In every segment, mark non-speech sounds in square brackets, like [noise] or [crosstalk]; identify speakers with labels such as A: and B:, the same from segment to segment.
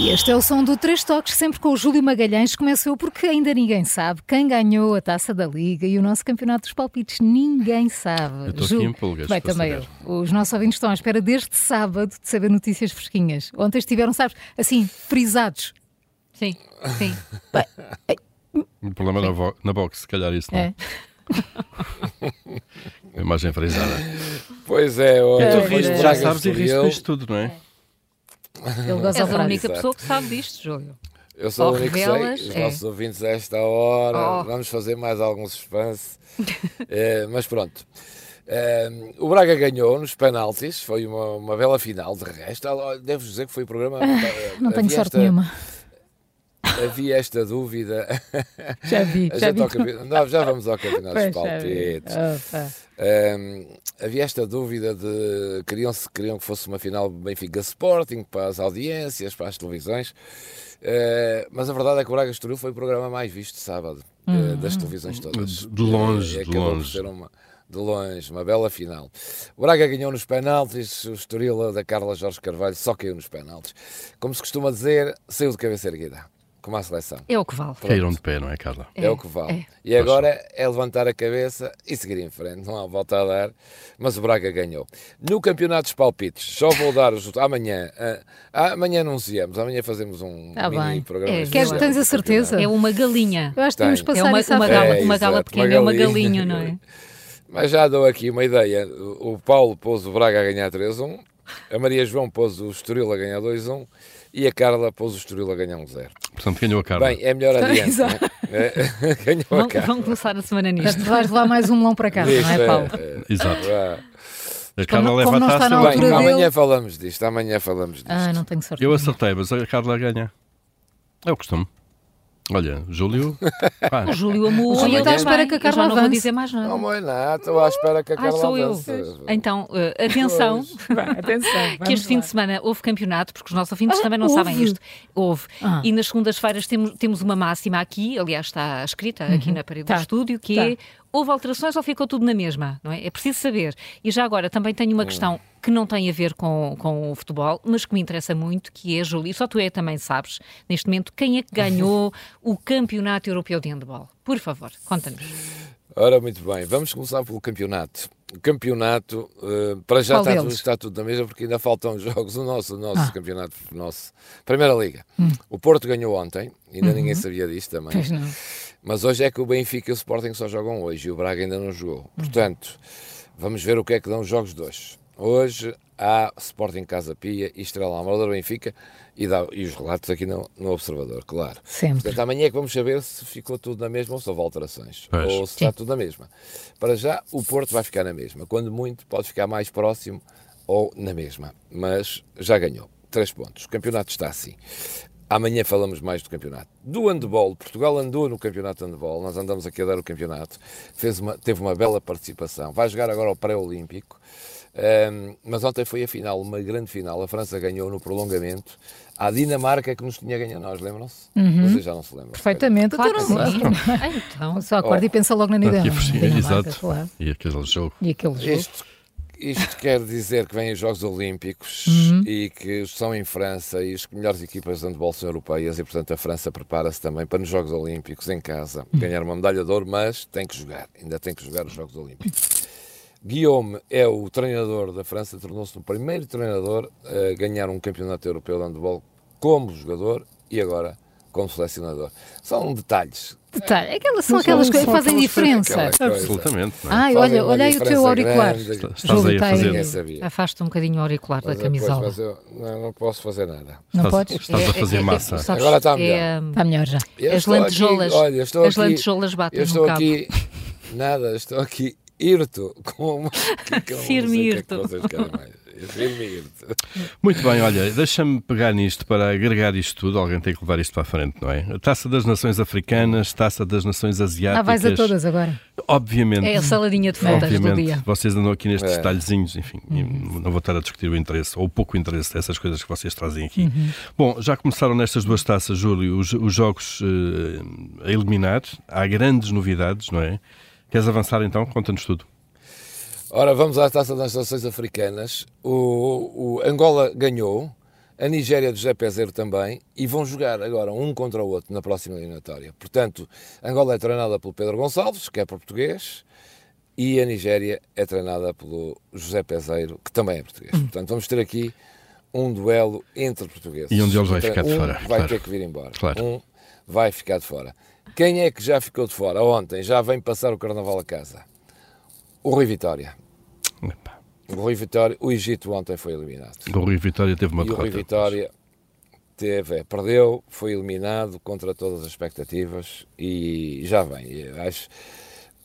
A: E este é o som do Três Toques, sempre com o Júlio Magalhães. Começou porque ainda ninguém sabe quem ganhou a taça da Liga e o nosso campeonato dos palpites. Ninguém sabe.
B: Eu estou
A: Ju-
B: aqui em pulgas,
A: Bem,
B: para
A: também eu.
B: saber.
A: Os nossos ouvintes estão à espera desde sábado de saber notícias fresquinhas. Ontem estiveram, sabes, assim, frisados.
C: Sim, sim.
B: O problema na, vo- na box, se calhar isso não
A: É.
B: é. A imagem frisada.
D: Pois é,
A: tu
D: o
B: tu
A: É,
D: Foz
A: riste,
D: de
A: é.
B: já
D: Braga
B: sabes e riste
D: Estoril.
B: disto tudo, não é?
A: Ele goza
C: És
A: É a
C: a
A: frase.
C: única pessoa que sabe disto, Júlio.
D: Eu sou o
A: Oh,
C: Ou
D: único que sei.
C: revelas,
D: Os
C: é.
D: nossos ouvintes a esta hora.
C: Oh.
D: Vamos fazer mais
A: [laughs]
D: algum suspense. Eh, mas pronto. Eh, o Braga ganhou nos penaltis. Foi uma, uma bela final, de resto. Ah, Devo dizer que foi o programa.
A: Ah, Não tenho
D: havia
A: sorte
D: esta-
A: nenhuma.
D: Havia esta dúvida.
A: [laughs] Já vi, [laughs]
D: A
A: já
D: gente
A: vi.
D: ao campe- Nós já vamos ao campeonato dos
A: Pois, já vi.
D: palpites.
A: Opa.
D: Hum, havia esta dúvida de queriam, -se, queriam que fosse uma final Benfica Sporting para as audiências, para as televisões, Eh, mas a verdade é que o Braga Estoril foi o programa mais visto de sábado eh, das televisões todas.
B: De longe,
D: Eh,
B: de
D: acabou por
B: longe.
D: ser uma- de longe, uma bela final. O Braga ganhou nos penaltis, o Estoril da Carla Jorge Carvalho só caiu nos penaltis. Como se costuma dizer, saiu de cabeça erguida, como a seleção.
C: É o que vale.
B: Caíram de pé, não é, Carla?
D: É, o que vale.
C: é.
D: E agora é levantar a cabeça e seguir em frente. Não há volta a dar, mas o Braga ganhou. No Campeonato dos Palpites, só vou dar os amanhã. ah, amanhã anunciamos, amanhã fazemos um
A: Tá
D: mini
A: bem.
D: programa.
C: É,
D: especial
C: queres-
D: do
A: tens a
D: campeonato.
A: certeza?
C: É uma galinha.
A: Tá. Eu acho que temos que
D: Tem.
C: É
A: passar
C: uma,
A: essa
C: uma
A: à
C: gala,
A: frente.
D: É,
C: uma gala
D: exato, uma
C: pequena, é uma
D: galinha.
C: galinha,
D: [laughs]
C: não é?
D: Mas já dou aqui uma ideia. O o Paulo pôs o Braga a ganhar 3-1, a Maria João pôs o Estoril a ganhar 2-1 e a Carla pôs o Estoril a ganhar 1-0.
B: Portanto, ganhou a Carla.
D: Bem, é melhor adiante.
A: Tá Exato.
D: [laughs] né? ganhou a
C: Vão,
D: Carla.
C: vão começar a semana nisto.
A: Portanto, vais levar mais um melão para casa, não
D: Isto
A: é,
D: é-
A: Paulo?
D: é-
B: Exato.
D: vá.
B: A Carla
A: não-
B: leva
A: como
B: a
A: não está
B: taça.
A: na
B: eu-
A: altura-
D: Bem,
A: dele-
D: amanhã falamos disto, amanhã falamos disto.
A: Ah, não tenho sorte.
B: Eu acertei, mas a Carla ganha. É o costume. Olha, Júlio.
A: [laughs]
B: pá,
C: O Júlio amou
A: Tá. Júlio
C: eu
A: está à
C: também.
A: espera que a
C: Eu
A: Carla
C: já não vou
A: avance.
C: dizer mais
D: Não,
C: nada.
D: mãe, não, estou à espera que a
C: Ai,
D: Carla
C: sou eu.
D: avance.
C: Então, eh, atenção, que este fim de semana houve campeonato, porque os nossos ouvintes
A: Ah,
C: também não
A: houve?
C: sabem isto. Houve.
A: Ah.
C: E nas segundas-feiras temos, temos uma máxima aqui, aliás, está escrita aqui na parede
A: Tá.
C: do estúdio, que é houve alterações ou ficou tudo na mesma, não é? É preciso saber. E já agora também tenho uma questão que não tem a ver com, com o futebol, mas que me interessa muito, que é, Júlio, e só tu é também sabes, neste momento, quem é que ganhou o Campeonato Europeu de Handball? Por favor, conta-nos.
D: Ora, muito bem, vamos começar pelo campeonato. O campeonato, eh, para já
A: Qual
D: está tudo,
A: deles? Ah.
D: está tudo na mesa, porque ainda faltam [laughs] jogos. O nosso, o nosso campeonato, o nosso. Primeira Liga. O Porto ganhou ontem, ainda ninguém sabia disto também.
A: Hum. Uhum. Pois não.
D: Mas hoje é que o Benfica e o Sporting só jogam hoje e o Braga ainda não
A: Uhum.
D: jogou. Portanto, vamos ver o que é que dão os jogos de hoje. Hoje há Sporting Casa Pia e Estrela Amadora Benfica e, dá- e os relatos aqui no, no Observador, claro.
A: Sempre.
D: Portanto, amanhã é que vamos saber se ficou tudo na mesma ou se houve alterações.
B: Pois.
D: Ou se está tudo na mesma. Para já, o Porto vai ficar na mesma. Quando muito, pode ficar mais próximo ou na mesma. Mas já ganhou. Três pontos. O campeonato está assim. Amanhã falamos mais do campeonato. Do handball, Portugal andou no campeonato de handball, nós andamos aqui a dar o campeonato, Fez uma- teve uma bela participação, vai jogar agora ao pré-olímpico, Ahm, mas ontem foi a final, uma grande final. A França ganhou no prolongamento à Dinamarca que nos tinha ganho a nós, lembram-se? Vocês já não se lembram.
A: Perfeitamente.
C: Claro que
A: Então,
C: sim.
A: não-
C: Ah,
A: [laughs]
C: Então,
A: Só acorda e pensa logo na
B: aqui
A: Nidana.
B: por cima,
A: Dinamarca,
B: Exato.
A: claro.
B: E aquele jogo.
A: E aquele jogo.
D: Isto, isto quer dizer que vêm os Jogos Olímpicos
A: Uhum.
D: e que são em França e as melhores equipas de handball são europeias e, portanto, a França prepara-se também para nos Jogos Olímpicos em casa
A: Uhum.
D: ganhar uma medalha de ouro, mas tem que jogar, ainda tem que jogar os Jogos Olímpicos. Guillaume é o treinador da França, tornou-se o primeiro treinador a ganhar um campeonato europeu de handball como jogador e agora como selecionador. São detalhes.
A: Detalhe, aquelas, Tá, são aquelas coisas que fazem diferença.
D: Aquela coisa.
B: Absolutamente, não é?
A: Ai,
D: Fazem
A: olha,
D: uma
A: olha aí o teu
D: diferença
A: auricular.
D: grande.
B: Estás
A: Júlio,
B: aí a
A: tá
B: fazer.
D: Ninguém sabia.
C: afasta um bocadinho o auricular da
D: Mas,
C: camisola.
D: pois, mas eu não, não posso fazer nada.
A: Não
B: Estás-
A: podes?
C: É,
A: É,
B: Estás a fazer massa.
C: sabes,
D: Agora está
C: é,
D: melhor.
C: hum,
A: Está Tá melhor já.
D: Eu
C: As
D: estou aqui,
C: lantejoulas-
D: olha, eu estou
C: as
D: aqui-
C: lantejoulas batem
D: Eu estou
C: no cabo.
D: aqui, nada, estou aqui irto, com uma. com-
C: Firme [laughs]
D: não sei o que é que vocês
C: irto.
D: querem mais. Rimir-te.
B: Muito bem, olha, deixa-me pegar nisto para agregar isto tudo. Alguém tem que levar isto para a frente, não é? A taça das Nações Africanas, taça das Nações Asiáticas.
A: Ah, vais a todas agora.
B: Obviamente.
C: É a saladinha de frutas do
B: Obviamente,
C: dia. Uhum.
B: vocês andam aqui nestes
D: É.
B: detalhezinhos, enfim, e não vou estar a discutir o interesse ou o pouco interesse dessas coisas que vocês trazem aqui.
C: Uhum.
B: Bom, já começaram nestas duas taças, Júlio, os, os jogos eh, a eliminar, há grandes novidades, não é? Queres avançar então? Conta-nos tudo.
D: Ora, vamos à taça das nações africanas. O, o Angola ganhou, a Nigéria do José Peseiro também, e vão jogar agora um contra o outro na próxima eliminatória. Portanto, Angola é treinada pelo Pedro Gonçalves, que é português, e a Nigéria é treinada pelo José Peseiro, que também é português.
B: Hum.
D: Portanto, vamos ter aqui um duelo entre portugueses.
B: E um deles vai ficar de
D: um
B: fora,
D: Vai
B: claro.
D: ter que vir embora.
B: Claro.
D: Um vai ficar de fora. Quem é que já ficou de fora ontem? Já vem passar o carnaval a casa? O Rui Vitória.
B: Epá,
D: O Rui Vitória, o Egito ontem foi eliminado.
B: O Rui Vitória teve uma
D: e o
B: derrota.
D: Rui Vitória teve, é, perdeu, foi eliminado contra todas as expectativas e já vem. E Acho,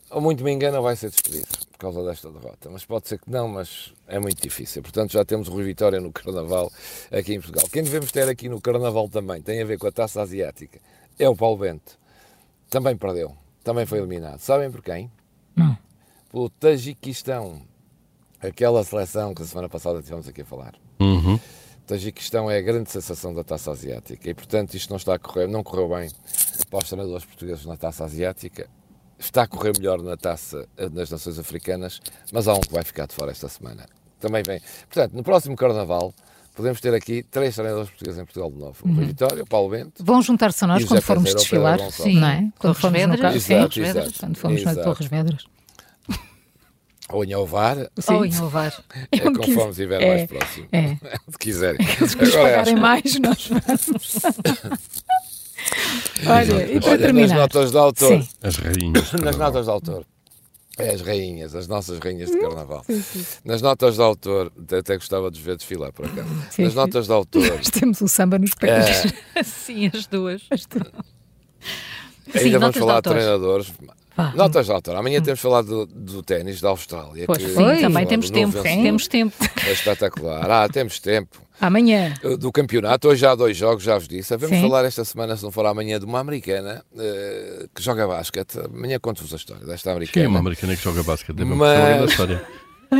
D: ou muito me engano, vai ser despedido por causa desta derrota. Mas pode ser que não, mas é muito difícil. Portanto, já temos o Rui Vitória no Carnaval aqui em Portugal. Quem devemos ter aqui no Carnaval também tem a ver com a taça asiática. É o Paulo Bento. Também perdeu, também foi eliminado. Sabem por quem?
C: Não.
D: Pelo Tajiquistão. Aquela seleção que a semana passada tivemos aqui a falar.
B: Uhum.
D: O Tajiquistão é a grande sensação da taça asiática e, portanto, isto não está a correr, não correu bem para os treinadores portugueses na taça asiática. Está a correr melhor na taça eh, nas nações africanas, mas há um que vai ficar de fora esta semana. Também vem. Portanto, no próximo Carnaval, podemos ter aqui três treinadores portugueses em Portugal de novo:
A: Uhum.
D: o Rui Vitória, o Paulo Bento.
A: Vão juntar-se a nós
D: E o
A: quando
D: Zé
A: formos
D: Pedro Pereira
A: desfilar,
D: Gonçalves.
A: não é?
C: Sim.
A: Quando
C: Torres
A: formos no
C: Vedras,
A: carro,
C: sim,
D: Exato,
A: sim.
C: Torres Vedras,
D: exato,
A: Quando formos na
D: exato.
A: Torres Vedras.
D: Ou em Ovar,
C: Ou [laughs] em ovar.
D: é
A: onde quiser.
D: conforme estiver
A: É,
D: mais próximo.
A: é.
D: [laughs] Se quiserem.
A: nos
D: Agora é às
A: pagarem mais, nós vamos. Olha, e para
D: Olha,
A: terminar.
D: Nas notas de autor.
A: Sim.
B: As
D: [coughs]
B: rainhas.
D: Nas
B: carnaval.
D: notas de autor. É as rainhas, as nossas rainhas de carnaval. Nas notas de autor, até- até gostava de os ver desfilar por acaso.
A: Sim,
D: Nas
A: sim.
D: notas de autor,
A: Nós temos o samba nos pés.
C: Sim, as duas. Sim,
D: ainda
C: notas
D: vamos
C: de
D: falar de
C: autor.
D: treinadores.
C: Vá.
D: Notas de autor. Amanhã temos falado do, do ténis da Austrália.
C: Pois,
D: que- é
C: sim,
A: Oi.
C: também
D: do
C: temos
D: novo
C: tempo.
D: vencedor.
C: Temos tempo.
D: É espetacular. Ah, temos tempo.
A: Amanhã.
D: Do campeonato, hoje há dois jogos, já vos disse. Vamos
A: Sim.
D: falar esta semana, se não for amanhã, de uma americana eh, que joga basquete. Amanhã conto-vos a história desta
B: Quem é uma
D: americana.
B: americana que joga basquete? É
D: Mas-
B: uma história.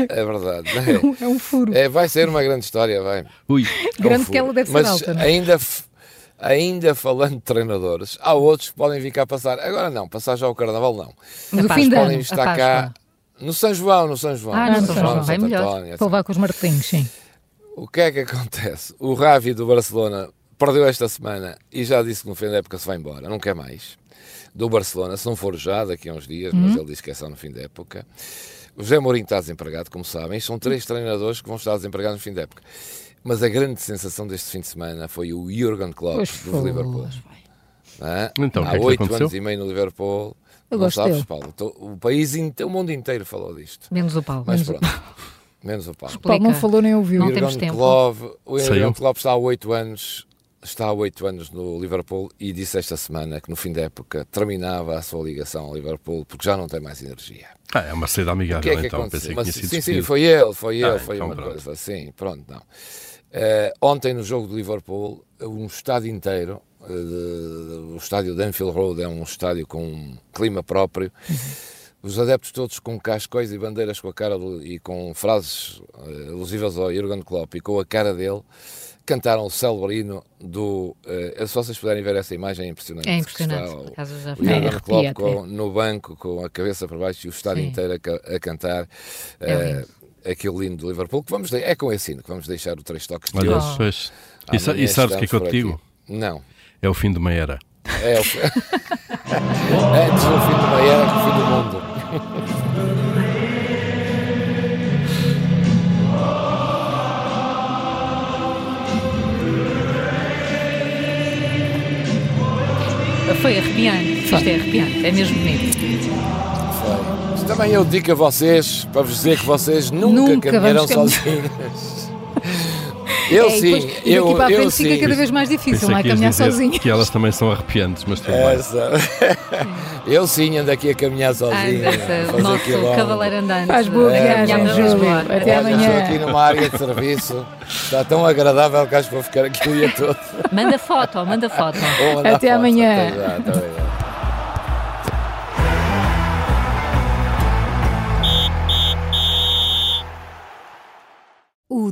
D: É
C: [laughs]
D: verdade. não é?
A: É um furo.
D: É, vai ser uma grande história, vai.
B: Ui,
A: Grande
D: Confuso.
A: que ela deve ser
D: Mas
A: alta, não é?
D: ainda, f- ainda falando de treinadores, há outros que podem vir cá passar. Agora não, passar já ao Carnaval não.
A: Mas o
C: Pá,
A: fim de
D: Podem
A: ano.
D: estar
C: a
D: cá no São João, no São João.
C: Ah,
A: no São João,
C: bem melhor.
D: António, assim.
A: Para levar com os martelinhos, sim.
D: o que é que acontece? O Ravi do Barcelona perdeu esta semana e já disse que no fim da época se vai embora, não quer mais. Do Barcelona, se não for já, daqui a uns dias,
A: Uhum.
D: mas ele disse que é só no fim da época. O José Mourinho está desempregado, como sabem. São
A: Uhum.
D: três treinadores que vão estar desempregados no fim da época. Mas a grande sensação deste fim de semana foi o Jurgen Klopp
A: Pois
D: do Liverpool. não é?
B: Então, o que é que
D: Há
B: lhe
D: oito
B: aconteceu?
D: anos e meio no Liverpool.
A: Eu
D: não
A: gosto
D: sabes,
A: dele.
D: Paulo. to- O país, inte- o mundo inteiro falou disto.
C: Menos o Paulo.
D: Mas pronto. Menos o Paulo.
A: O Paulo não
C: Explica.
A: falou nem ouviu.
C: Não
D: Jurgen
C: temos tempo.
D: Klopp- o Jurgen
B: Saiu.
D: Klopp está há oito anos, está há oito anos no Liverpool e disse esta semana que no fim da época terminava a sua ligação ao Liverpool porque já não tem mais energia.
B: ah, é uma saída
D: O que
B: amigável,
D: é que
B: então. Pensei
D: aconteceu?
B: que
D: Mas,
B: tinha sido
D: sim, sim,
B: despedido.
D: foi ele, foi ele,
B: Ah,
D: foi
B: então
D: uma
B: pronto.
D: coisa. Sim, pronto, não. Eh, ontem no jogo do Liverpool, um estádio inteiro, eh, o estádio de Anfield Road é um estádio com um clima próprio.
B: Uhum.
D: Os adeptos todos com cascóis e bandeiras com a cara do- e com frases eh, alusivas ao Jurgen Klopp e com a cara dele, cantaram o célebre hino do... eh, se vocês puderem ver essa imagem, é impressionante.
C: É
D: que
C: impressionante.
D: está o-
C: Por acaso já
D: o
C: foi.
A: É,
D: Jurgen
A: arrepia
D: Klopp
A: até.
D: com- no banco com a cabeça para baixo e o estádio
C: Sim.
D: inteiro a, ca- a cantar
C: É
D: eh,
C: lindo.
D: aquele hino do Liverpool. Que vamos de- é com esse hino que vamos deixar o três toques de
B: Olha,
D: hoje.
C: Oh.
B: pois. E, sa-
D: Amanhã
B: e sabes o que é que eu
D: estamos
B: te
D: por
B: digo?
D: aqui. Não.
B: É o fim de uma era.
D: [laughs] É o... Antes do fim de uma era, que o fim do mundo.
C: Foi arrepiante. Isto é arrepiante. É mesmo bonito.
D: Foi. Mas Também eu digo a vocês, para vos dizer que vocês nunca,
A: Nunca [laughs]
D: caminharam
A: vamos caminhar.
D: sozinhos. Eu
A: É, e
D: sim,
A: depois, e
D: eu,
A: daqui para a
D: eu
A: frente
D: sim.
A: fica cada vez mais difícil,
B: Pensei
A: não é?
B: que ias
A: Caminhar
B: dizer
A: sozinho.
B: que elas também são arrepiantes, mas tudo bem.
D: Essa. É, [laughs] Eu sim ando aqui a
A: Ah,
D: caminhar sozinho.
C: Anda,
D: a
C: essa-
D: fazer
C: eh,
D: É,
C: nosso
D: quilómetros.
C: cavaleiro andante.
E: Faz boa
C: eh,
E: viagem,
C: caminhada
E: Júlio.
C: Lisboa.
E: Até
D: Olha,
E: amanhã.
D: Estou aqui numa área de serviço. Está tão agradável que acho que vou ficar aqui o dia todo.
C: Manda foto, manda foto.
D: Vou mandar
E: Até
D: fotos.
E: amanhã.
D: Até já, até amanhã.
A: O